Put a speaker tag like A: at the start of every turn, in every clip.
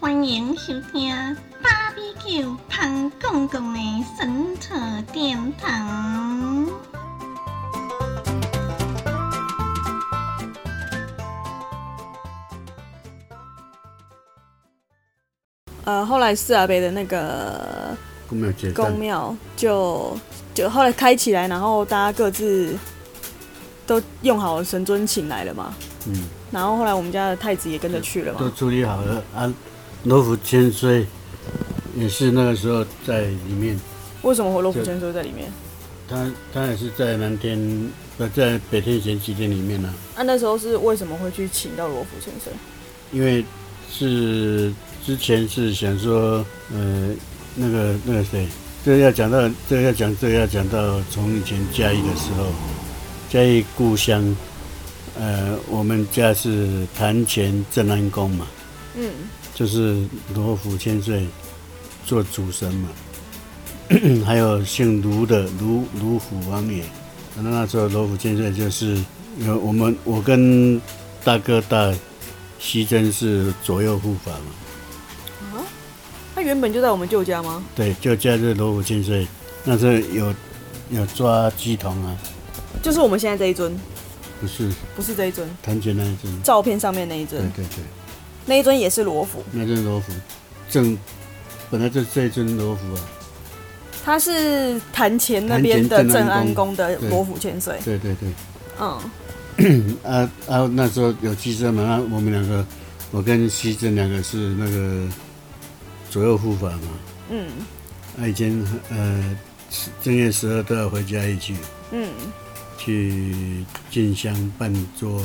A: 欢迎收听《芭比 Q 胖公公的神扯殿堂》。
B: 呃，后来四阿北的那个
C: 都没有结账
B: 宫。庙就就后来开起来，然后大家各自都用好了神尊请来了嘛，
C: 嗯，
B: 然后后来我们家的太子也跟着去了
C: 都
B: 嘛，
C: 处理好了啊。罗福千岁也是那个时候在里面，
B: 为什么活罗浮千岁在里面？
C: 他他也是在南天呃在北天贤几天里面呢、
B: 啊，那时候是为什么会去请到罗浮千岁？
C: 因为是之前是想说呃那个那个谁，这个要讲到这个要讲这个要讲到从以前嘉义的时候，嘉义故乡，呃我们家是坛前镇安宫嘛，
B: 嗯，
C: 就是罗福千岁做主神嘛， 还有姓卢的卢卢府王爷。那那时候罗福千岁就是有我们我跟大哥大西征是左右护法嘛，
B: 他原本就在我们舅家吗？
C: 对，就加入罗福千岁。那时候有有抓鸡童啊，
B: 就是我们现在这一尊，
C: 不是
B: 不是这一尊，
C: 谭泉那一尊，
B: 照片上面那一
C: 对
B: 尊，
C: 对对，
B: 那一尊也是罗浮，
C: 那尊罗福正本来就这一尊罗福啊，
B: 他是坛前那边的
C: 坛前镇
B: 镇
C: 安
B: 安
C: 宫
B: 宫的
C: 对
B: 罗浮千岁，
C: 对对对。
B: 嗯，
C: 啊啊，那时候有汽车嘛，那我们两个，我跟西正两个是那个左右护法嘛。
B: 嗯
C: 啊，以前呃正月十二都要回家一起
B: 嗯
C: 去进香办桌，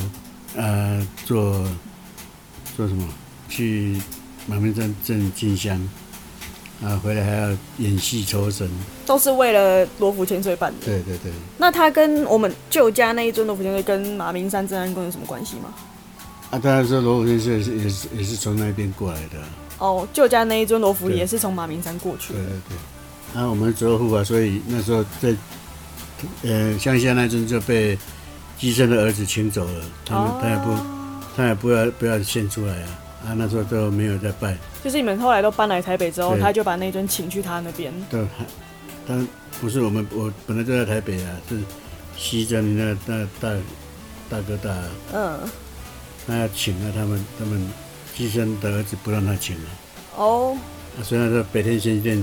C: 呃，做做什么？去马面山镇进香，啊，回来还要演戏酬神。
B: 都是为了罗浮千岁办的。
C: 对对对，
B: 那他跟我们旧家那一尊罗浮千岁跟马明山镇安宫有什么关系吗？
C: 啊，当然说罗武先生也是也是也是从那边过来的啊、
B: 哦，旧家那一尊罗浮
C: 对
B: 也是从马明山过去哦
C: 对
B: 的。
C: 对对，啊，我们左右护法，所以那时候在呃乡下那阵就被姬生的儿子请走了，他们、他也不
B: 哦
C: 他也不要不要献出来啊，啊那时候都没有在拜，
B: 就是你们后来都搬来台北之后，
C: 对
B: 他就把那一尊请去他那边。
C: 都还但不是我们我本来就在台北啊，是西征那那大大哥大啊，
B: 嗯，
C: 那要请啊他们他们姬生的儿子不让他请啊，
B: 哦，
C: 啊所以那时候北天仙殿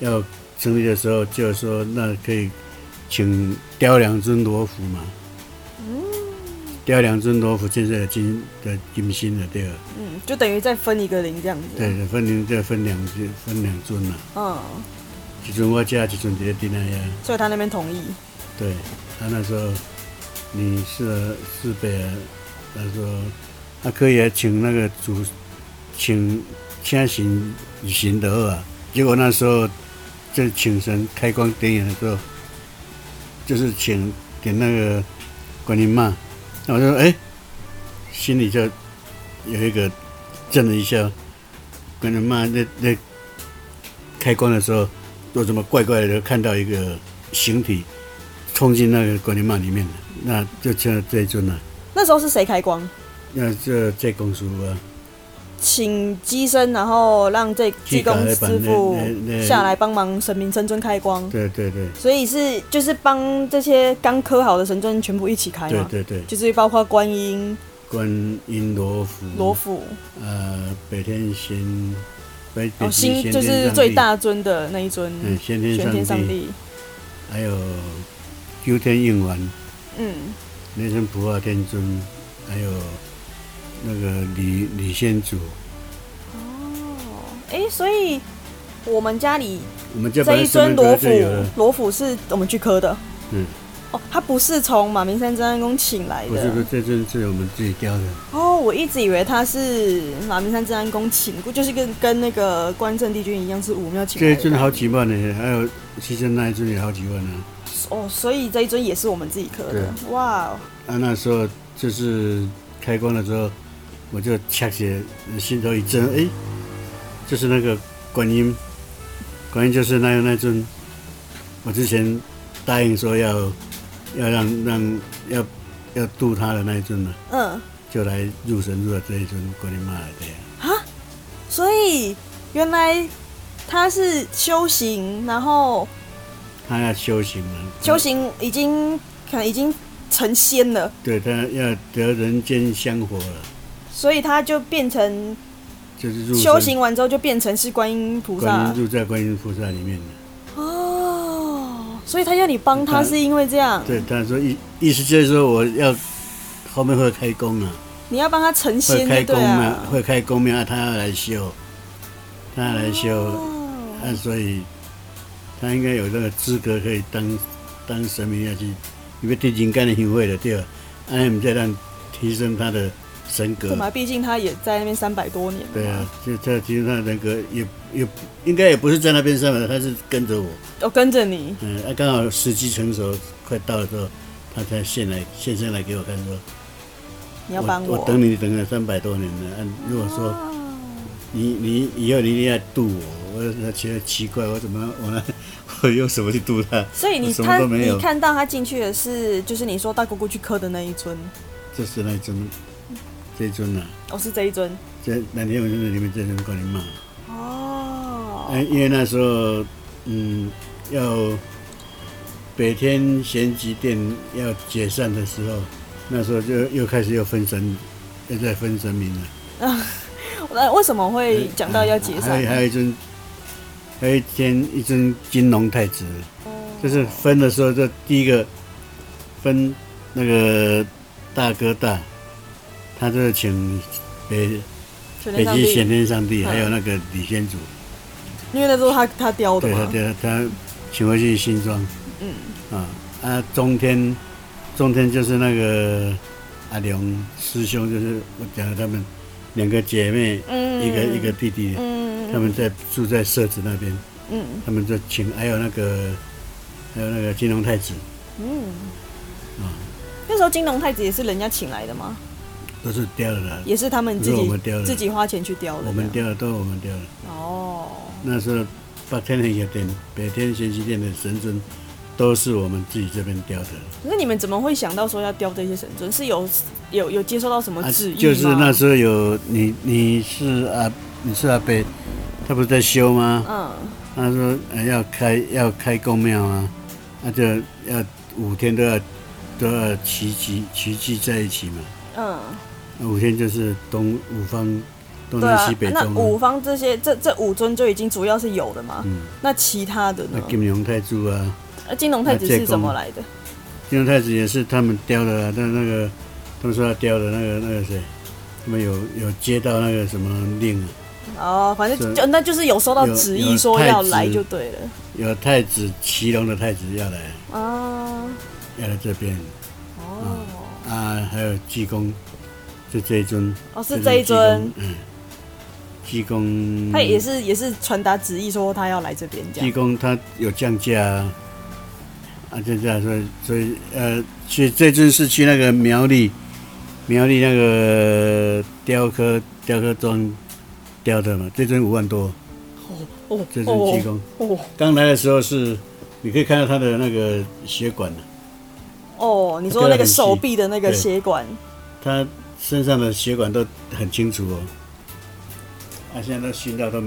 C: 要成立的时候就说那可以请雕两尊罗浮嘛。雕梁尊罗浮建设的金的金星的对吧，
B: 嗯，就等于再分一个零这样子。
C: 对，分零再分两尊，分两尊嘛，
B: 嗯，
C: 一尊我家，一尊在丁那呀，
B: 所以他那边同意。
C: 对，他那时候你是是北，他说他可以请那个主，请请行旅行的二啊，结果那时候就请神开光点眼的时候，就是请给那个观音妈，那我就说哎、心里就有一个震了一下，观音妈那那开光的时候，我怎么怪怪的就看到一个形体冲进那个观音妈里面了，那就这这一尊了、
B: 那时候是谁开光？
C: 那这这公叔啊，
B: 请机身，然后让这济
C: 去搞
B: 公
C: 一版
B: 师傅
C: 那那那
B: 下来帮忙神明神尊开光。
C: 对对对
B: 所以是就是帮这些刚刻好的神尊全部一起开嘛，
C: 对对对，
B: 就是包括观音、
C: 观音罗浮，
B: 罗浮，
C: 呃北天仙，北北
B: 然后
C: 极先
B: 哦新
C: 天
B: 就是
C: 上
B: 最
C: 帝，
B: 大尊的那一尊
C: 嗯，先天
B: 玄天
C: 上
B: 上
C: 帝，
B: 帝，
C: 还有九天应王，
B: 嗯，
C: 雷神普化天尊，还有那个李李先祖，
B: 哦，哎，所以我们家里
C: 我们就把
B: 这
C: 它
B: 一尊
C: 顺便
B: 罗
C: 把它
B: 浮
C: 就有了，
B: 罗浮是我们去刻的，
C: 嗯，
B: 哦，它不是从马明山真安宫请来
C: 不是不是
B: 的，
C: 这尊是我们自己雕的，
B: 哦，我一直以为它是马明山真安宫请过，就是跟跟那个关圣帝君一样是武庙请
C: 这
B: 来
C: 一
B: 的
C: 尊
B: 感
C: 好
B: 觉，
C: 几万呢，还有西征那一尊也好几万呢、啊。
B: 哦，所以这一尊也是我们自己刻的，哇哦。
C: 啊，那时候就是开光的时候，我就掐起来心头一震，哎、就是那个观音，观音就是那那尊，我之前答应说要要让让要要度啊他的那一尊呢，
B: 嗯，
C: 啊就来入神入了这一尊观音妈来的呀。
B: 所以原来他是修行，然后
C: 他要修行了，
B: 修行已经可能已经成仙了，
C: 对他要得人间香火了，
B: 所以他就变成
C: 就是入
B: 修
C: 身
B: 行完之后就变成是观音菩
C: 观
B: 萨
C: 音入在观音菩萨里面啊了。
B: 哦，所以他要你帮他
C: 他
B: 是因为这样，
C: 对，他说意意思就是说我要后面会开工啊，
B: 你要帮他成
C: 会
B: 仙
C: 开
B: 就
C: 工
B: 对
C: 啊，
B: 了。
C: 会开工庙、啊，他要来修，他要来修，
B: 哦
C: 啊，所以他应该有这个资格可以当当神明下去，因为对人间的行为了对吧？啊，我们再让提升他的神
B: 对
C: 格，
B: 嘛？毕竟他也在那边三百多年了嘛。
C: 对啊，就他提升他的人格也也应该也不是在那边上的，他是跟着我，
B: 哦，跟着你，
C: 嗯，啊，刚好时机成熟快到的时候，他才现来现身来给我看说。
B: 你要帮哦
C: 我等你等了三百多年了。啊、如果说你你以后你一定要渡我，我我觉得奇怪，我怎么我呢？我用什么去渡他？
B: 所以你
C: 我什
B: 他
C: 么都没
B: 你
C: 有，
B: 看到他进去的是，就是你说大姑姑去磕的那一尊，
C: 就是那一尊，这一尊啊，
B: 哦，是这一尊
C: 这那天我就在里面这尊过来骂，
B: 哦，
C: 哎因为那时候嗯要北天贤集殿要解散的时候，那时候就又开始又分神，又在分神明了。
B: 那为什么会讲到要解散
C: 还有？还有一尊，还有一天一尊金龙太子，就是分的时候，就第一个分那个大哥大，他就是请北
B: 全
C: 北
B: 天上
C: 极玄
B: 帝，
C: 天上帝，
B: 嗯
C: 还有那个李先祖，
B: 因为那时候他他雕的
C: 对他
B: 嘛，
C: 对他他请回去新庄，
B: 嗯，
C: 啊啊中天中天就是那个阿良师兄，就是我讲的他们两个姐妹，
B: 嗯
C: 一个一个弟弟，
B: 嗯
C: 他们在住在社子那边。
B: 嗯
C: 他们就请，还有那个，还有那个金龙太子，
B: 嗯
C: 啊，
B: 那时候金龙太子也是人家请来的嘛，
C: 都是雕的啦，
B: 也是他们自
C: 不是我
B: 己
C: 们雕的
B: 自己花钱去雕的这样，
C: 我们雕的都是我们雕的。
B: 哦，
C: 那时候八天的也殿、北天玄机殿的神尊，都是我们自己这边雕的。
B: 那你们怎么会想到说要雕这些神尊？是有有有接受到什么旨意吗？
C: 啊就是那时候有你，你是啊，你是阿北，他不是在修吗？
B: 嗯
C: 他说、呃要开要开公庙啊，那就要五天都要都要齐集齐聚在一起嘛。
B: 嗯。
C: 那五天就是东五方东
B: 对
C: 南
B: 啊
C: 西北，
B: 那
C: 中、
B: 五方这些这这五尊就已经主要是有了嘛。
C: 嗯
B: 那其他的
C: 那
B: 呢？
C: 金龙太子啊，
B: 那金龙太子
C: 那借
B: 是
C: 功
B: 怎么来的？
C: 金龙太子也是他们雕的啊，但那个他们说他雕的那个那个谁，他们有有接到那个什么令啊，
B: 哦，反正
C: 是
B: 就那就是有收到旨
C: 有
B: 意
C: 有
B: 说要来
C: 太子
B: 就对了。
C: 有太子祁隆的太子要来，
B: 啊，
C: 要来这边
B: 哦，
C: 啊，还有济公，就这一尊，
B: 哦是这一尊，
C: 嗯，济公，
B: 他也是也是传达旨意说他要来这边这
C: 济
B: 样。
C: 公他有降价啊，啊降价，所以所以呃，去这次是去那个苗栗，苗栗那个雕刻雕刻庄雕的嘛，这尊五万多，
B: 哦
C: 这尊济
B: 哦
C: 公
B: 哦
C: 刚来的时候是，你可以看到他的那个血管啊
B: 哦，你说那个手臂的那个血管，
C: 他身上的血管都很清楚哦，啊现在都熏到都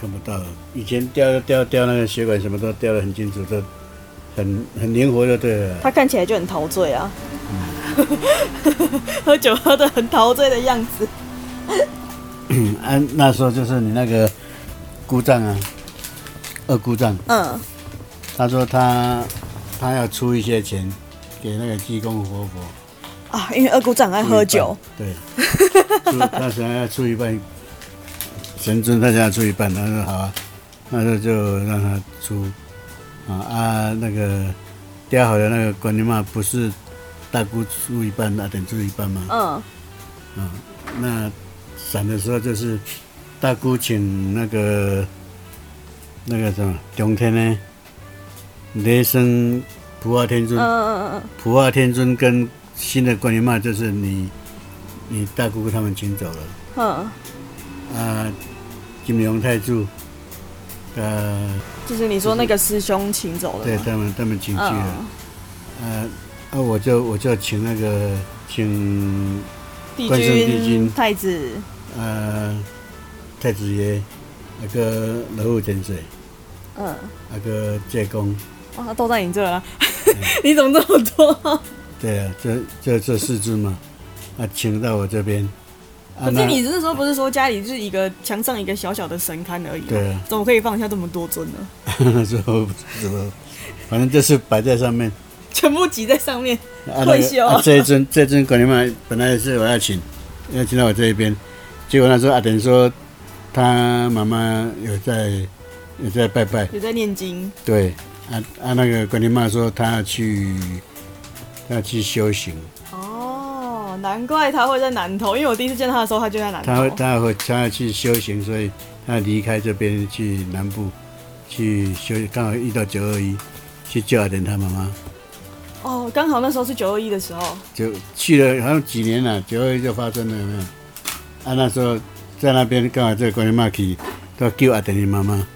C: 看不到了，以前雕雕雕那个血管什么都雕得很清楚，都很很灵活就对了啊。
B: 他看起来就很陶醉啊，
C: 嗯
B: 喝酒喝的很陶醉的样子。
C: 啊，那时候就是你那个姑丈啊，二姑丈，
B: 嗯
C: 他说他他要出一些钱给那个济公活佛，
B: 啊，因为二姑丈爱
C: 出一
B: 喝
C: 半
B: 酒，，
C: 对， 出他想要出一半，神尊他想要出一半，他说好啊，那时候就让他出，啊啊那个雕好的那个观音嘛，不是大姑出一半，那等出一半吗？
B: 嗯
C: 啊，那闪的时候就是大姑请那个那个什么中天呢，雷声普化天尊，
B: 嗯嗯嗯嗯。
C: 普化天尊跟新的观音妈就是你你大姑姑他们请走了
B: 嗯，
C: 啊，金龙太柱，呃，
B: 就是你说那个师兄请走了
C: 对
B: 吗？
C: 他们他们请去了
B: 嗯，，
C: 呃，啊我就我就请那个请
B: 帝嗯
C: 关圣帝君
B: 君、太子，
C: 呃太子爷，啊个老虎真水，
B: 嗯，
C: 啊个济公，
B: 哇，都在你这了， 你怎么这么多？
C: 对嗯啊，这这这四只嘛，啊请到我这边，啊
B: 可是你那时候不是说家里就是一个墙上一个小小的神龛而已吗？
C: 对啊
B: 怎么可以放下这么多尊呢？
C: 那 之后之后，反正就是摆在上面。
B: 全部挤在上面，
C: 啊，那
B: 退休
C: 个啊、这一尊这一尊管理嘛，本来是我要请，要请到我这一边，结果那时候阿啊等说他妈妈有在有在拜拜，
B: 也在念经。
C: 对，啊啊那个管理妈说他要去他要去修行，
B: 哦，难怪他会在南头，因为我第一次见他的时候，他就在南头。
C: 他会他会他要去修行，所以他离开这边去南部去修，刚好遇到九二一，去救阿等他妈妈，
B: 哦，刚好那时候是九二一的时候，
C: 就去了好像几年了、九二一就发生了，有没有？啊，那时候在那边刚好这个关于妈去，都要救阿等的妈妈。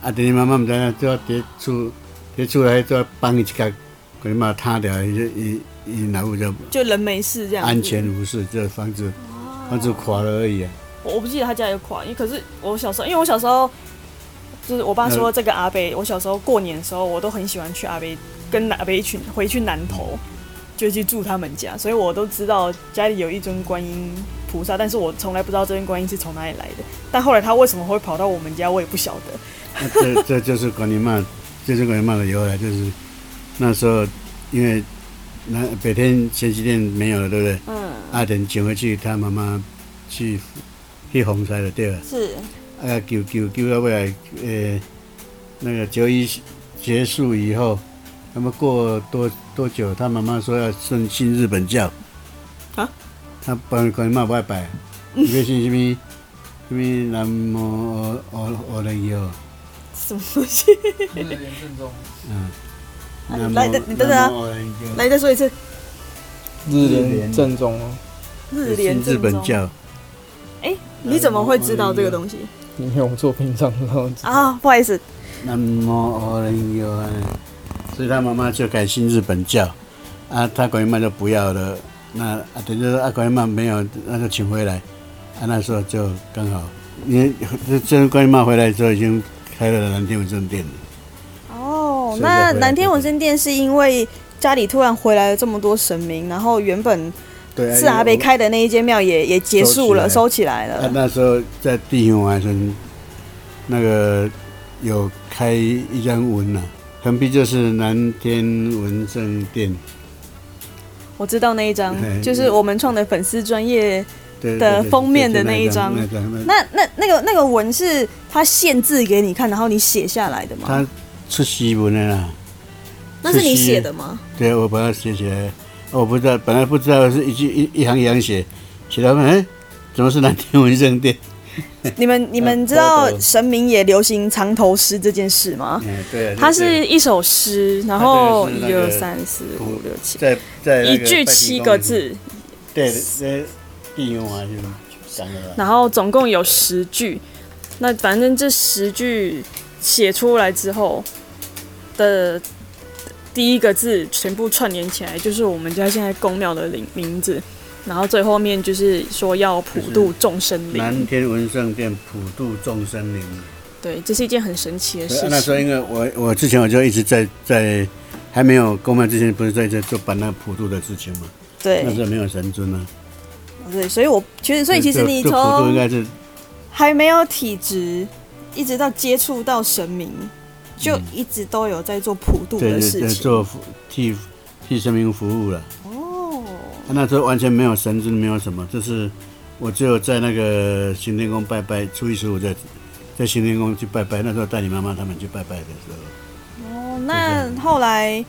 C: 阿等的妈妈毋知影，就要跌厝，跌厝来就要帮伊一脚，关于妈塌掉，伊就伊伊老母就
B: 就人没事这样。
C: 安全。无事，这房子房子垮了而已、啊。
B: 我不记得他家有垮，因为可是我小时候，因为我小时候就是我爸说这个阿贝，我小时候过年的时候，我都很喜欢去阿贝跟阿贝一群回去南头，就去住他们家，所以我都知道家里有一尊观音菩萨，但是我从来不知道这尊观音是从哪里来的。但后来他为什么会跑到我们家，我也不晓得。
C: 那 这这就是管理骂，这就是管理骂的由来，就是那时候因为那北天前几天没有了，对不对？
B: 嗯，
C: 阿等请回去，他妈妈去去红山了，对吧？
B: 是
C: 啊，救救救到未来，呃、那个九一结束以后，那么过多多久，他妈妈说要信信日本教，
B: 啊，
C: 他帮管妈拜拜，你要信什么？什么南无阿阿阿弥陀，
B: 什么东西？
D: 就是严正宗，
C: 嗯，
B: 啊
C: 南无
B: 来你等等啊
C: 南无阿弥陀
B: 来，再说一次，
D: 日
C: 莲
D: 莲正宗哦，
B: 日莲
C: 信日
B: 正
C: 本
B: 宗。
C: 教，
B: 哎，你怎么会知道这个东西
D: 你没有作品上都知道。
B: 啊？不好意思，
C: 南无阿弥陀，所以他妈妈就改信日本教，啊，他管妈就不要了，那啊，等于说啊，管妈没有，那就请回来，啊，那时候就刚好，因为这这管妈回来之后已经开了蓝天文正店了，
B: 哦
C: 所，以
B: 那
C: 才回来
B: 蓝天
C: 这边
B: 纹身殿是因为家里突然回来了这么多神明，然后原本
C: 对
B: 是阿北，开的那一间庙也也结束了，
C: 收
B: 收起来
C: 啊，
B: 了。
C: 那时候在地雄完成那个有开一张文呐、横批就是蓝天文正殿，
B: 我知道那一张
C: 嘿，
B: 就是我们创的粉丝专业。的
C: 对对对
B: 封面的
C: 就
B: 那一张
C: 那张那
B: 那那那个那个文是他限制给你看，然后你写下来的吗？
C: 他出西文的啦，
B: 那是你写的吗？
C: 对，我把它写起来，我不知道，本来不知道是一句一一行一行写，写到哎、怎么是蓝天文圣殿？
B: 你们你们知
C: 我
B: 道
C: 的
B: 神明也流行藏头诗这件事吗？
C: 呃嗯，对，
B: 它是一首诗，然
C: 它这个
B: 后
C: 是
B: 一
C: 那个
B: 二三四五六七，
C: 在在
B: 一句七个，字，
C: 对，在地用啊，就是讲的啦。
B: 然后总共有十句，那反正这十句写出来之后的第一个字全部串联起来，就是我们家现在公庙的名名字，然后最后面就是说要普度众生灵
C: 蓝，天文圣殿普度众生灵。
B: 对，这是一件很神奇的
C: 对啊
B: 事
C: 那时候
B: 情。
C: 因为我我之前我就一直在在还没有公庙之前，不是在这做办那个普渡的事情嘛？
B: 对
C: 那时候没有神尊啊。
B: 对，所以我其实所以其实
C: 这
B: 你
C: 这普渡应
B: 从
C: 该是
B: 还没有体质，一直到接触到神明，就一直都有在做普度
C: 嗯对
B: 的
C: 对
B: 事
C: 对，
B: 情。
C: 做服替替神明服务了。啊
B: 哦，
C: 那时候完全没有神尊，没有什么，就是我只有在那个行天宫拜拜，初一十五在在行天宫去拜拜。那时候带你妈妈他们去拜拜的时候，
B: 哦，那后来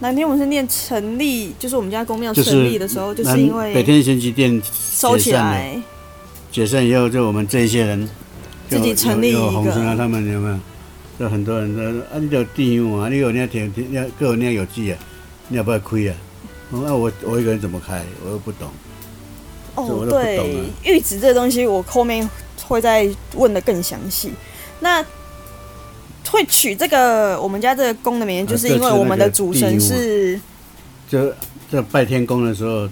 B: 南天文圣殿成立，就是我们家公庙
C: 就是
B: 成立的时候，就是因
C: 北
B: 为
C: 天神奇殿
B: 收起
C: 解散了，
B: 来，
C: 解散以后，就我们这一些人就
B: 自己成立一
C: 有
B: 个
C: 有洪生啊，他们有没有？就很多人都说啊，你有地狱啊，你有那田，你要各有那有记啊，你要不要亏啊？我说啊，我我一个人怎么开？我又不懂。这
B: 哦
C: 我，都不懂
B: 对
C: 啊，
B: 玉子这东西我后面会再问的更详细。那会取这个我们家这个宫的名字，
C: 啊
B: 就是因为我们的主神
C: 这
B: 是
C: 就在拜天公的时候，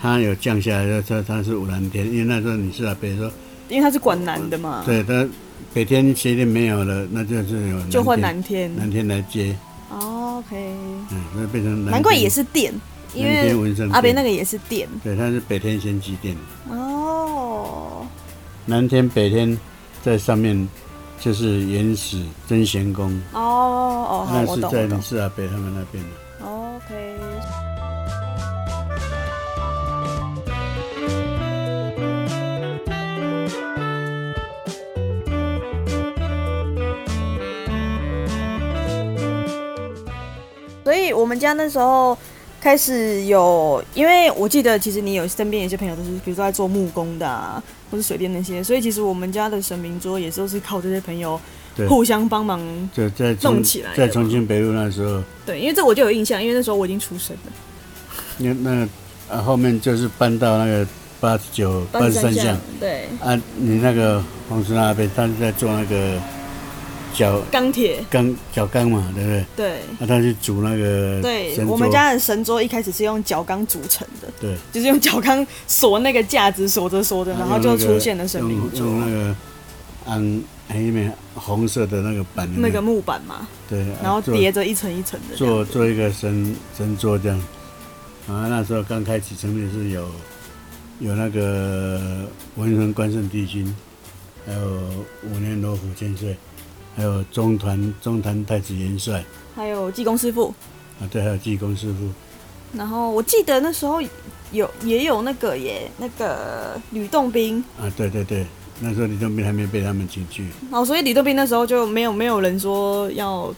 C: 他有降下来，就说他是五蓝天，因为那时候你是啊，比如说
B: 因为他是管南的嘛，
C: 对他北天协定没有了，那就是有
B: 就换
C: 南
B: 南天
C: 天。南天来接，
B: 哦 OK，
C: 嗯，那变成南天
B: 难怪也是电，因
C: 南天
B: 为
C: 文山
B: 阿北那
C: 个，
B: 个也是电
C: 对，他是北天先祭奠，
B: 哦。
C: 南天北天在上面就是原始真贤宫，
B: 哦哦，好
C: 那
B: 我
C: 是
B: 懂
C: 在
B: 我
C: 李
B: 懂。
C: 世阿北他们那边的。
B: OK，所以我们家那时候开始有，因为我记得其实你有身边有些朋友都是，比如说在做木工的啊，或是水电那些，所以其实我们家的神明桌也都是靠这些朋友
C: 对
B: 互相帮忙。
C: 就在重
B: 弄起来的
C: 在重庆北路那时候，
B: 对，因为这我就有印象，因为那时候我已经出生了。
C: 那那个啊后面就是搬到那个八十九、八十三巷
B: 对，
C: 啊，你那个黄村那边，他是在做那个脚
B: 钢铁，
C: 钢脚钢嘛，对不对？
B: 对。
C: 那、他去煮那个
B: 对
C: 神
B: 我们
C: 桌
B: 家的神桌一开始是用角钢组成的，
C: 对，啊
B: 就是用角钢锁那个架子，锁着锁着，然后就出现了神明
C: 用
B: 桌，
C: 用那个嗯安黑面红色的那个板有没
B: 那
C: 有，
B: 个木板嘛，
C: 对，啊
B: 然后
C: 做
B: 叠着一层一层的这样
C: 做做一个神神桌这样。啊，那时候刚开始成立是有有那个文人关圣帝君，还有五年罗虎千岁，还有中团中团太子元帅
B: 还有济公师傅，
C: 啊，对，还有济公师傅。
B: 然后我记得那时候有也有那个耶，那个吕洞宾
C: 啊，对对对，那时候李宗斌还没被他们请去，
B: 哦，所以吕洞宾那时候就没有没有人说要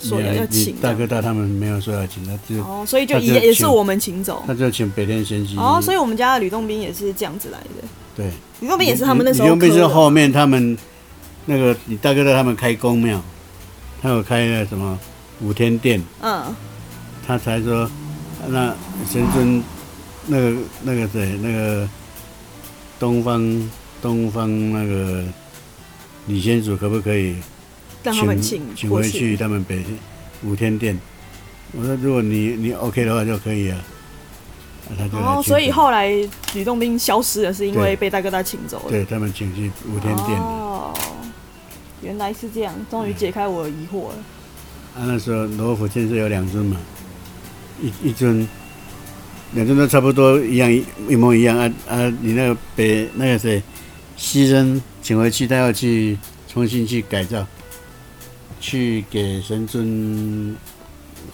B: 说要
C: 你
B: 要请
C: 你
B: 这
C: 大
B: 样，
C: 哥大他们没有说要请，他就、
B: 哦，所以就
C: 他就
B: 也也是
C: 请
B: 我们请走
C: 他，就请北天贤吉。
B: 哦，所以我们家的吕洞宾也是这样子来的，
C: 嗯对，
B: 吕洞宾也是他们那时候
C: 李宗斌
B: 刻
C: 是
B: 的
C: 后面他们那个你大哥大他们开公庙，他有开那什么五天殿，
B: 嗯。
C: 他才说那神尊那个那个谁那个东方东方那个李先祖可不可以
B: 让他们请
C: 请
B: 过
C: 回去他们北五天殿？我说如果你你 OK 的话就可以啊，啊他就来
B: 哦，
C: 请
B: 所以
C: 走
B: 后来吕洞宾消失了，是因为
C: 对
B: 被大哥大请走了。
C: 对他们请去五天殿。
B: 哦，原来是这样，终
C: 嗯
B: 于解开我的疑惑了。
C: 啊，那时候罗浮建设有两尊嘛，一一尊，两尊都差不多一样，一一模一样啊啊！你那个北那个谁，西人请回去，他要去重新去改造，去给神尊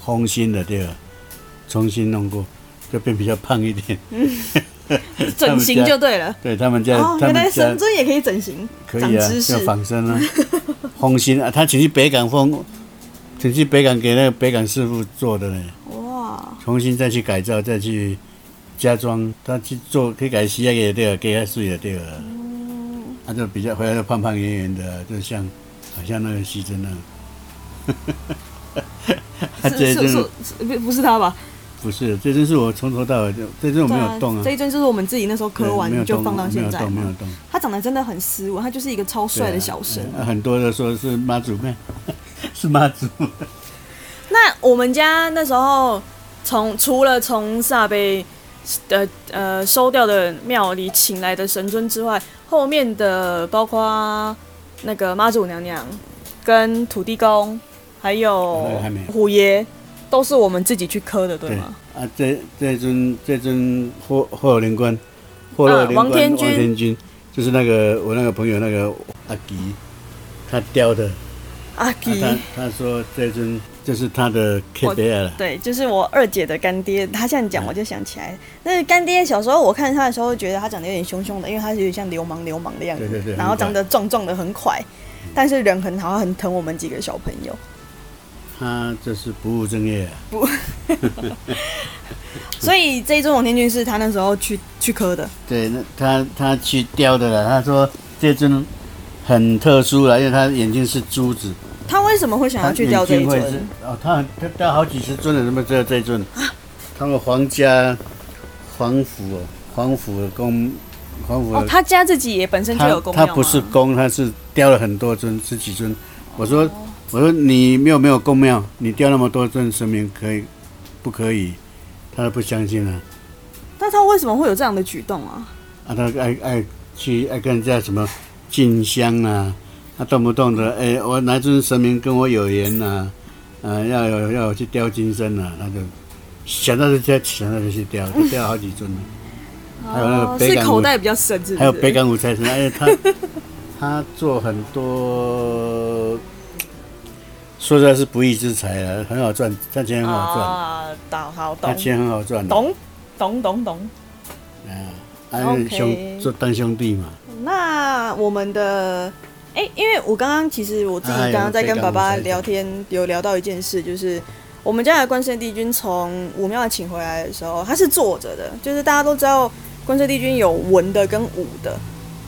C: 烘新的对吧？重新弄过，就变比较胖一点。 他
B: 整
C: 们
B: 形
C: 家
B: 就对了。
C: 对他们家，
B: 哦，
C: 他
B: 原
C: 们
B: 来
C: 家
B: 神尊也可以整形，
C: 可
B: 长
C: 以啊
B: 知，识
C: 要。仿 生啊，烘新啊，他请去北港烘，请去北港给那个北港师傅做的呢。
B: 哇，
C: 重新再去改造，再去加装，他去做可以改洗也对了，给他水也对了，
B: 嗯
C: 他、就比较回来就胖胖圆圆的，就像好像那个西 珍那样。他
B: 是
C: 啊这
B: 是
C: 一
B: 是
C: 尊，
B: 是不不是他吧？
C: 不是，这尊是我从头到尾就这尊我没有动啊，
B: 这一尊就是我们自己那时候
C: 对
B: 磕
C: 没有
B: 完就
C: 动
B: 放到现在
C: 没有动，没有
B: 嘛。
C: 动。
B: 他长得真的很斯文，他就是一个超帅的小生
C: 对。啊，啊很多的说是妈祖妹， 是妈祖。
B: 那我们家那时候从除了从萨贝的呃收掉的庙里请来的神尊之外，后面的包括那个妈祖娘娘、跟土地公，还有
C: 那个还没
B: 虎爷，都是我们自己去磕的，对
C: 对
B: 吗？
C: 啊，这这尊这尊霍霍灵官，霍洛灵官、
B: 王天君
C: 啊王天君就是那个我那个朋友那个阿吉，他雕的。
B: 阿
C: 啊、
B: 吉、
C: 他他说这尊就是他的 K 贝尔了，
B: 对，就是我二姐的干爹，他这样讲我就想起来，那干爹小时候我看他的时候，觉得他长得有点凶凶的，因为他有点像流氓流氓的样子，
C: 对对对
B: 然后长得壮壮的很快，但是人很好，很疼我们几个小朋友。
C: 他就是不务正业啊。
B: 所以这一尊王天君是他那时候去去磕的，
C: 对，那他他去雕的了。他说这尊很特殊了，因为他眼睛是珠子，
B: 他为什么会想要
C: 他
B: 去雕这一
C: 眼睛会是
B: 尊？啊
C: 哦，他他雕好几十尊了，怎么只有这一尊？他们皇家皇府哦皇府宫皇府的
B: 哦，他家自己也本身就
C: 他
B: 有宫
C: 他
B: 庙
C: 不是
B: 吗
C: 宫，他是雕了很多尊，十几尊。我
B: 哦
C: 说我说你有没有宫庙？你雕那么多尊神明可以不可以？他不相信啊，
B: 那他为什么会有这样的举动啊？
C: 啊他爱爱去爱跟人家什么进香啊，他、动不动的哎、我哪尊神明跟我有缘呐、啊，呃，要有要我去雕金身啊，他就想到就去想到就去雕，就雕好几尊了。还有那个
B: 哦，
C: 北
B: 是
C: 港
B: 口
C: 舞
B: 袋比较深，是不是？
C: 还有北港五财神，哎，他他做很多，说实在是不义之财啊，很好赚，他钱很好赚，
B: 啊，懂好
C: 他
B: 懂
C: 钱很好赚的，
B: 懂懂懂懂。
C: 啊，
B: OK
C: 兄做当兄弟嘛，
B: 那我们的，哎、因为我刚刚其实我自己
C: 哎呦
B: 刚刚啊在跟
C: 这个
B: 爸
C: 我
B: 爸
C: 才
B: 聊天，有聊到一件事，就是我们家的关圣帝君从武庙请回来的时候，他是坐着的，就是大家都知道关圣帝君有文的跟武的，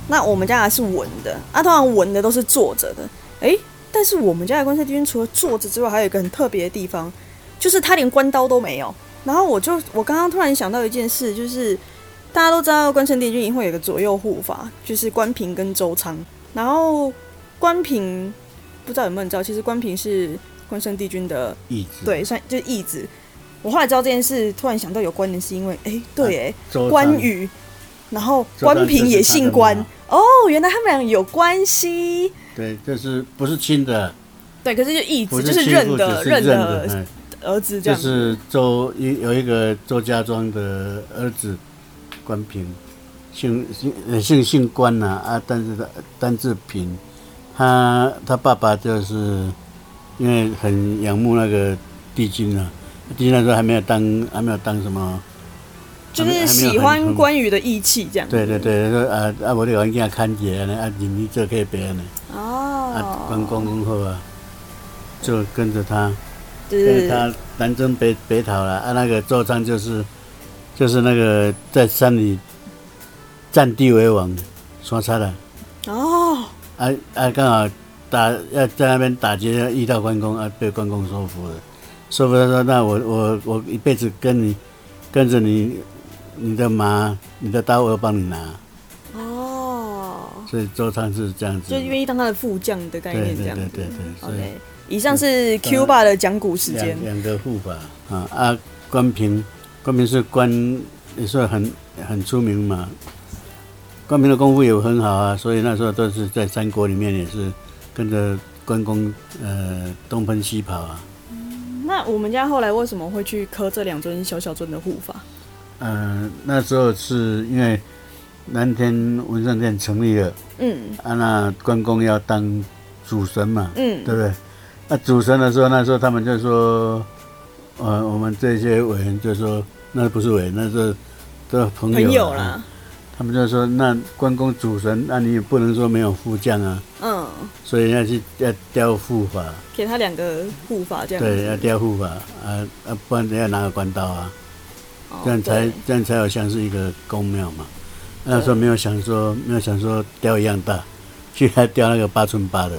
B: 那我们家的是文的，啊，通常文的都是坐着的，哎、但是我们家的关圣帝君除了坐着之外，还有一个很特别的地方，就是他连关刀都没有。然后我就我刚刚突然想到一件事，就是大家都知道关圣帝君一定会有个左右护法，就是关平跟周仓。然后关平不知道有没有人知道，其实关平是关圣帝君的
C: 义之。，
B: 对，算就是义子。我后来知道这件事，突然想到有关联，是因为哎、对哎、
C: 周
B: 关
C: 仓
B: 羽，然后
C: 嗯周仓
B: 关平也姓关
C: 就是
B: 哦，原来他们俩有关系。
C: 对，这是不是亲的？
B: 对，可是就义
C: 不
B: 子，就是
C: 亲
B: 认
C: 父
B: 的
C: 只是认
B: 的
C: 哎
B: 儿子这
C: 就
B: 样子。
C: 是周一有一个周家庄的儿子关平，姓姓呃姓姓关呐啊但是他单字平，他他爸爸就是因为很仰慕那个帝君啊，帝君那时候还没有当还没有当什么，
B: 就是
C: 还没有
B: 喜
C: 还没有
B: 欢
C: 很
B: 关羽的义气这样。
C: 对对对，说啊啊我得给他看节呢啊你你这可以别呢啊关
B: 哦，
C: 公公后啊，就跟着他。
B: 就
C: 对
B: 是
C: 他南征北北讨了啊，那个周仓就是就是那个在山里占地为王，说差了
B: 哦，
C: 啊啊，刚好打要在那边打劫，遇到关公啊，被关公收服了。收服他说：“那我我我一辈子跟你跟着你，你的马、你的刀我都帮你拿。
B: 哦，”
C: 所以周仓是这样子
B: 就
C: 的，
B: 愿意当他的副将的概
C: 对
B: 念
C: 对
B: 这样
C: 对
B: 子。
C: 对对，所以
B: OK，以上是 Q 爸的讲古时间
C: 两。两个护法啊啊，关平，关平是关也是很很出名嘛。关平的功夫也很好啊，所以那时候都是在三国里面也是跟着关公呃东奔西跑啊。
B: 那我们家后来为什么会去磕这两尊小小尊的护法？
C: 嗯、那时候是因为南天文圣殿成立了
B: 嗯
C: 啊，那关公要当主神嘛，
B: 嗯
C: 对不对？那主神的时候，那时候他们就说，呃，我们这些委员就说，那不是委员，那是都朋友
B: 朋友
C: 啊
B: 啦，
C: 他们就说，那关公主神，那你也不能说没有副将啊，
B: 嗯，
C: 所以要去要雕护法，
B: 给他两个护法这样子。
C: 对，要雕护法啊啊，不然要拿个关刀啊，
B: 哦
C: 这样才
B: 对
C: 这样才有像是一个公庙嘛。那时候没有想说没有想说雕一样大，去还雕那个八寸八的，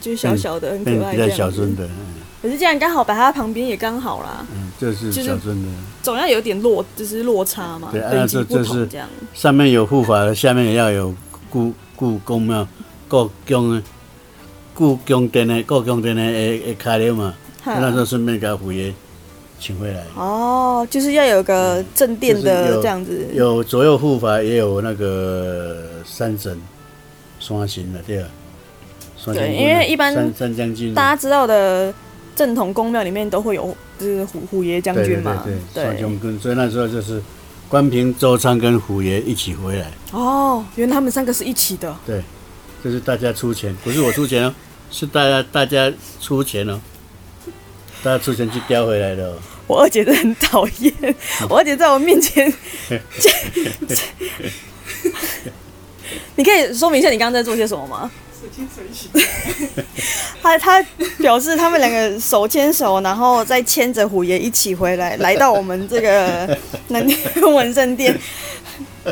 B: 就是小小的，很
C: 变
B: 可爱
C: 比
B: 这
C: 较
B: 样
C: 小尊
B: 子。
C: 的，嗯
B: 可是这样刚好摆在他旁边也刚好啦，
C: 嗯，就是
B: 就是
C: 小尊的。
B: 总要有点落，就是落差嘛，
C: 对啊
B: 等级
C: 这
B: 不
C: 这
B: 同
C: 是
B: 这样。
C: 上面有护法的，下面也要有故故宫庙、故宫的、故宫殿的、故宫殿的诶诶开了嘛。
B: 哈
C: 那时候顺便给他虎爷请回来，
B: 哦，就是要有个正殿
C: 就是
B: 的
C: 有
B: 这样子，
C: 有左右护法，也有那个三神、双行的，对啊吧？山神
B: 对因为一般
C: 三三将军
B: 大家知道的正统宫庙里面都会有就是虎虎爷将
C: 对对
B: 军嘛，
C: 对对，双将军，所以那时候就是关平、周仓跟虎爷一起回来，
B: 哦，原来他们三个是一起的，
C: 对，就是大家出钱，不是我出钱哦，是大家大家出钱哦，大家出钱去叼回来的哦。
B: 我二姐真的很讨厌，我二姐在我面前， 这这你可以说明一下你刚刚在做些什么吗？他他表示他们两个手牵手，然后再牵着虎爷一起回来，来到我们这 个南天文圣殿。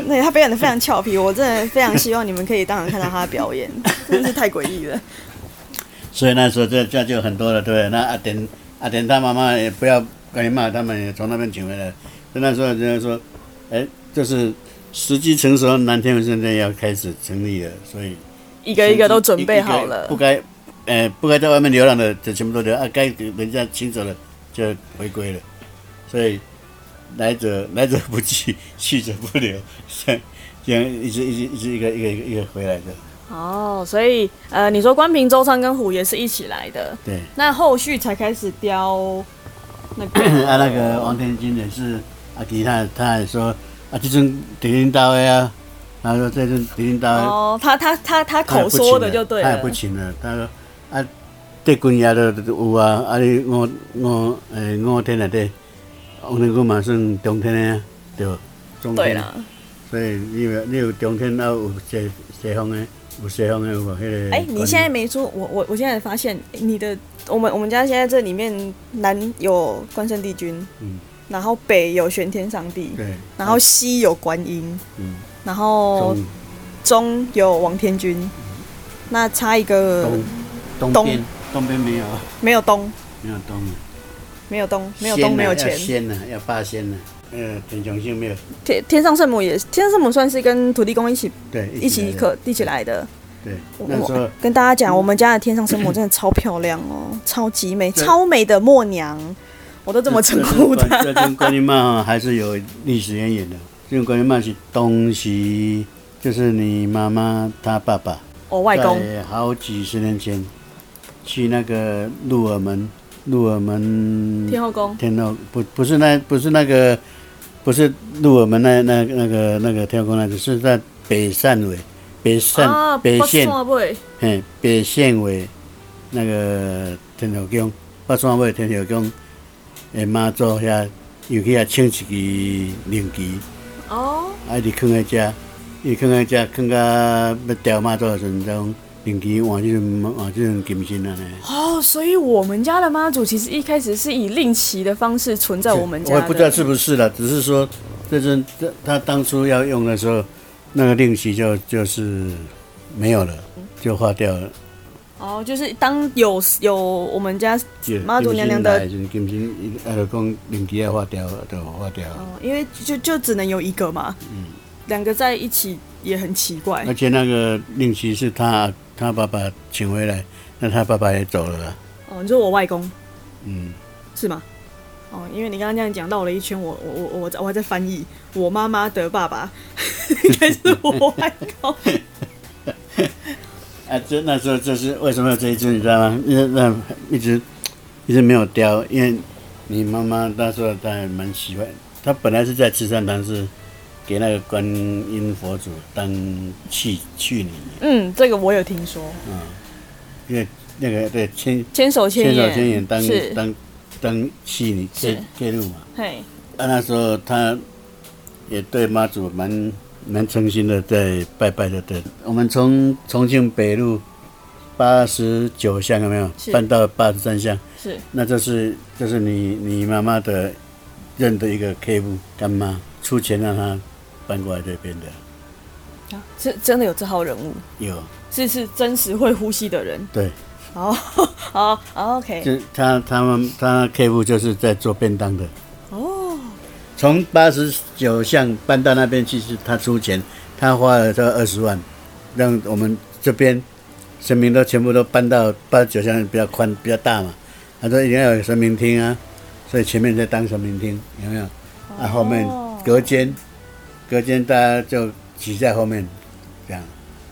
B: 那他表演的非常俏皮，我真的非常希望你们可以当场看到他的表演，真的是太诡异了。
C: 所以那时候这这就很多了，对不对？那阿典阿典他妈妈也不要赶紧骂他们，也从那边请回来。所以那时候人家说，哎，就是时机成熟，南天文圣殿要开始成立了，所以
B: 一个一个都准备好
C: 一
B: 了
C: 个不，该，呃，不该在外面流浪的就全部都流，啊，该给人家请走了就回归了，所以来者来者不拒，去者不留， 这样这样一直一直一直一个一个一个一个回来的，
B: 哦，所以呃，你说关平、周仓跟虎爷是一起来的，
C: 对。
B: 那后续才开始雕那个
C: 啊，那个王天金也是啊，其他他也说啊，这阵敌人到的啊，他说这阵敌人到的。
B: 哦，他他他他
C: 他也
B: 口
C: 不
B: 说
C: 请
B: 的就对
C: 他也
B: 了
C: 不，请了。他说啊，这军爷都有啊，啊你五五诶呃五天内底，王天军嘛算中天的啊，对不，中
B: 对
C: 天。
B: 啦。
C: 所以你有你有中天，还啊有西西方的，有西方的有无？迄、那个。
B: 哎、你现在。没说，我我我现在发现哎你的，我们我们家现在这里面南有关圣帝君，
C: 嗯，
B: 然后北有玄天上帝，
C: 对。
B: 然后西有观音，
C: 嗯，
B: 然后
C: 中嗯
B: 中有王天君，那差一个
C: 东东
B: 东
C: 边东边没有
B: 没有东，
C: 没有东啊。
B: 没有东，没有
C: 仙
B: 东，
C: 啊
B: 没有
C: 要
B: 钱。
C: 仙呐、要八仙呐、呃，天雄性庙，
B: 天天上圣母也，天上圣母算是跟土地公一起
C: 对，
B: 一起
C: 来的
B: 可一起。来的。
C: 对，
B: 嗯
C: 那时候嗯
B: 我跟大家讲，我们家的天上圣母真的超漂亮 哦，超级美，
C: 对
B: 超美的默娘，我都这么称呼她。
C: 这跟观音妈还是有历史渊源的。这个观音妈是东西，就是你妈妈她爸爸，
B: 我哦外公
C: 在好几十年前去那个鹿耳门，鹿耳门
B: 天后宫，
C: 天后不不是那不是那个不是鹿耳门那那那个那个天后宫那个是在北汕尾，北汕、
B: 啊，
C: 北县
B: 不，算尾
C: 嘿，北县为那个天后宫，北山尾天后宫的妈祖遐，又去遐请一支灵旗，
B: 哦，
C: 啊，一直囥在遮，伊囥在遮，囥到要调妈祖的时阵，种灵旗换即阵换即阵金身安尼。
B: 哦，所以我们家的妈祖其实一开始是以令旗的方式存在我们家
C: 我
B: 的，
C: 也不知道是不是了，只是说这阵这他当初要用的时候，那个令旗就就是没有了，就化掉了。
B: 哦，就是当有有我们家妈祖娘娘的
C: 金身来时候，金身伊啊，就讲灵旗要化掉，就化掉了。
B: 哦，因为就就只能有一个嘛，
C: 嗯
B: 两个在一起也很奇怪
C: 而且那个令旗是他他爸爸请回来，那他爸爸也走了啦。
B: 哦。你说我外公
C: 嗯，
B: 是吗？哦，因为你刚刚这样讲绕了一圈，我我我我我还在翻译，我妈妈的爸爸应该是我外公。
C: 啊，这那时候这是为什么要这一只你知道吗？因为那一直一直没有雕，因为你妈妈那时候她还蛮喜欢，她本来是在慈善堂是给那个观音佛祖当去去你，
B: 嗯，这个我有听说，
C: 因为那个对千
B: 千手千
C: 千手
B: 眼，
C: 千眼当
B: 是
C: 当当去你
B: 是
C: 介介入嘛。
B: 嘿，
C: 啊，那时候他也对妈祖蛮蛮诚心的，在拜拜的。对，我们从重庆北路八十九巷有没有
B: 是
C: 搬到八十三巷？
B: 是
C: 那这是就是你你妈妈的认的一个客户干妈，出钱让她搬过来这边的。
B: 啊，是真的有这号人物，
C: 有，
B: 是是真实会呼吸的人。
C: 对，
B: 哦，哦哦，OK，
C: 就他他们他客户就是在做便当的。
B: 哦，
C: 从八十九巷搬到那边去是他出钱，他花了这二十万，让我们这边神明都全部都搬到八十九巷比较宽比较大嘛。他说一定要有神明厅啊，所以前面在当神明厅有
B: 哦
C: 没有？啊，后面隔间，隔间大家就挤在后面，这样。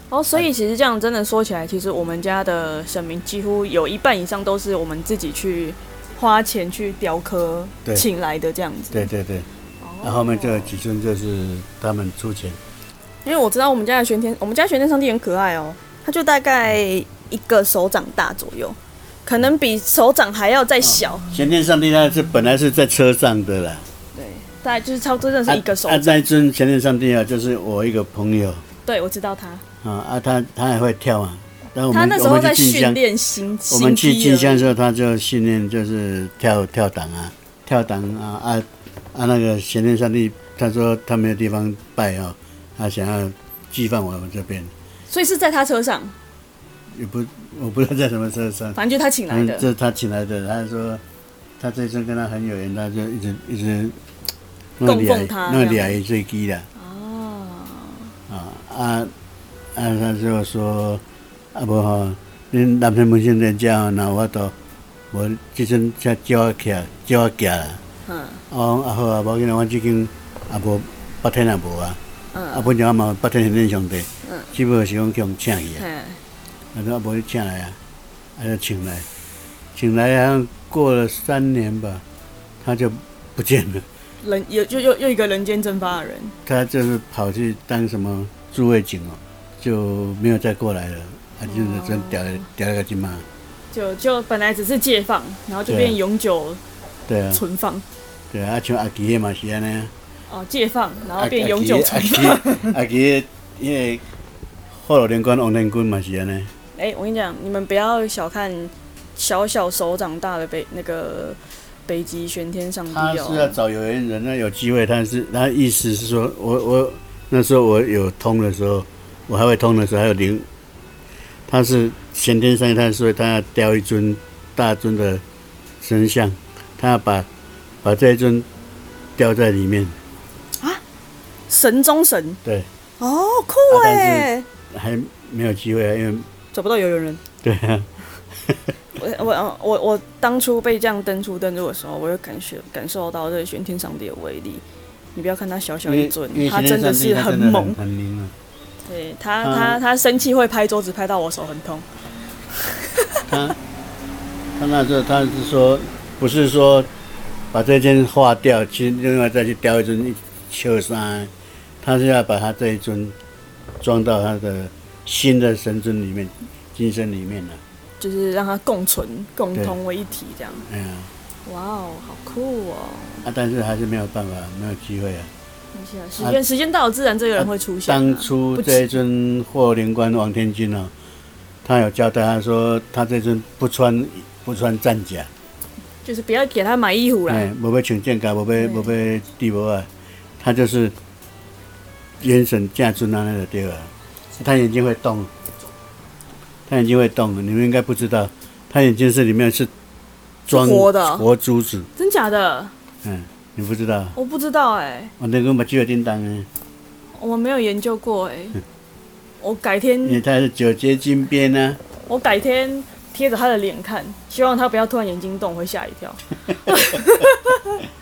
B: 哦，所以其实这样真的说起来，其实我们家的神明几乎有一半以上都是我们自己去花钱去雕刻
C: 对
B: 请来的这样子。
C: 对对对，
B: 哦，
C: 然后后面就有几尊就是他们出钱，
B: 因为我知道我们家的玄天，我们家玄天上帝很可爱哦，它就大概一个手掌大左右，可能比手掌还要再小。
C: 玄天上帝那是本来是在车上的啦。
B: 对，大概就是超真的是一个手
C: 啊，
B: 掌。
C: 啊那一尊前任上帝啊，就是我一个朋友
B: 对，我知道它。
C: 啊啊，他他也会跳啊。但我
B: 他
C: 们
B: 那时
C: 我
B: 候
C: 们
B: 在
C: 去进
B: 训
C: 香，
B: 练心
C: 我
B: 心
C: 们去
B: 机
C: 进香
B: 了
C: 的时候，他就训练就是跳跳档啊，跳档啊啊啊！那个前任上帝他说他没有地方拜啊，他想要寄放我们这边，
B: 所以是在他车上，
C: 也不我不知道在什么车上，
B: 反正就是他请来
C: 嗯，
B: 的。
C: 这是他请来的，他说他这一生跟他很有缘，他就一直一直
B: 供奉他
C: 那
B: 这
C: 俩
B: 样
C: 也最低的。
B: 哦，
C: 啊啊啊！他就说啊，无吼，恁南平门先人家吼，若有法度，无即阵才叫我徛，叫我行啦。
B: 嗯
C: 啊，我讲啊好啊，无要紧啊，阮即间啊无八天也无啊，啊
B: 嗯，
C: 本来嘛八天是恁上帝
B: 嗯，
C: 只不过是讲叫人请去啊。
B: 嘿，
C: 啊，都无请来啊，啊就请来，请来好像过了三年吧，他就不见了，
B: 人有又又又一个人间蒸发的人，
C: 他就是跑去当什么驻卫警哦，就没有再过来了，他就是真掉了掉了个金马，
B: 就就本来只是借放，然后就
C: 对啊
B: 变永久
C: 对啊，
B: 存放，
C: 对啊，啊像阿吉的嘛是安尼啊，
B: 哦，借放，然
C: 阿
B: 后
C: 阿吉
B: 变永久存
C: 阿吉
B: 放。
C: 阿吉的因为后老连官王连军嘛是安尼，
B: 哎、我跟你讲，你们不要小看小小手掌大的北那个北极玄天上帝
C: 他是要
B: 哦，
C: 找有缘人，那有机会，但是他意思是说，我我那时候我有通的时候，我还会通的时候，还有灵，他是先天上他所以他要雕一尊大尊的神像，他要把把这一尊雕在里面，
B: 神中神
C: 对，
B: 哦，酷
C: 啊但是
B: 哎、
C: 还没有机会啊，因为
B: 找不到游泳人。
C: 对 啊，
B: 我我我我当初被这样登出登入的时候，我就感觉感受到这个玄天上帝的威力。你不要看他小小
C: 因为
B: 一尊
C: 因为，
B: 他
C: 先
B: 真
C: 天
B: 的
C: 上帝
B: 是
C: 他
B: 很
C: 真的
B: 猛。
C: 很灵啊，
B: 对他
C: 他
B: 他他生气会拍桌子，拍到我手很痛。
C: 他他那时候他是说不是说把这件化掉，其实另外再去雕一尊秋山，他是要把他这一尊装到他的新的神尊里面、金身里面了。
B: 就是让它共存、共
C: 对
B: 同为一体这样。
C: 哎呀，
B: 哇哦，好酷哦！
C: 啊，但是还是没有办法，没有机会啊。
B: 而且时间、时间到了，自然这个人会出现、啊。
C: 当初
B: 不
C: 这一
B: 急
C: 尊霍灵官王天君哦，他有交代他说，他这尊不穿不穿战甲，
B: 就是不要给他买衣服啦。
C: 哎，无要穿剑甲，无要无要地无啊，他就是元神驾尊啊那个对啊，他眼睛会动，他眼睛会动，你们应该不知道，他眼睛是里面是装
B: 是活的
C: 活珠子，
B: 真假的？
C: 嗯，你不知道，
B: 我不知道哎、
C: 我那个把鸡有叮当啊呢，
B: 我没有研究过哎、
C: 嗯
B: 我改
C: 因为
B: 天
C: 他是九节金边啊呢、
B: 我改天贴着他的脸看，希望他不要突然眼睛动，我会吓一 跳。啊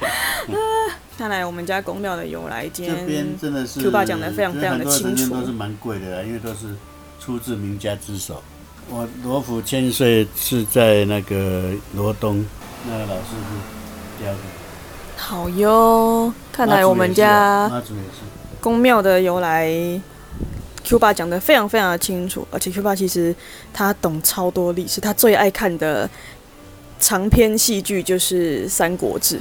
B: 看来我们家公庙的由来，今
C: 这
B: 天
C: 边真的是
B: Q 爸讲得非常
C: 就是很多
B: 非常地清楚
C: 神仙都是蛮贵的啦，啊因为都是出自名家之手。我罗府千岁是在那个罗东那个老师傅雕的，
B: 好哟。看
C: 啊
B: 来我们家
C: 妈祖也是
B: 公庙的由来，Q 爸讲的非常非常的清楚，而且 Q 爸其实他懂超多历史，他最爱看的长篇戏剧就是《三国志》，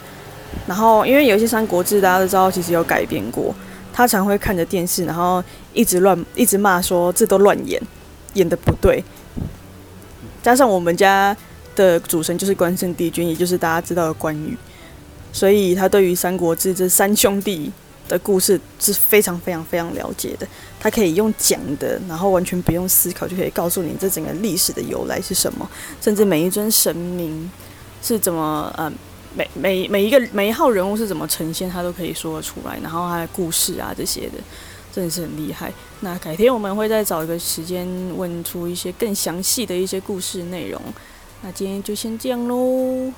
B: 然后因为有一些《三国志》大家都知道其实有改编过，他常会看着电视，然后一直乱一直骂说这都乱演，演的不对。加上我们家的主神就是关圣帝君，也就是大家知道的关羽，所以他对于《三国志》这三兄弟的故事是非常非常非常了解的，他可以用讲的，然后完全不用思考就可以告诉你这整个历史的由来是什么，甚至每一尊神明是怎么呃每每每一个每一号人物是怎么呈现，他都可以说得出来，然后他的故事啊这些的，真的是很厉害。那改天我们会再找一个时间问出一些更详细的一些故事内容。那今天就先这样喽，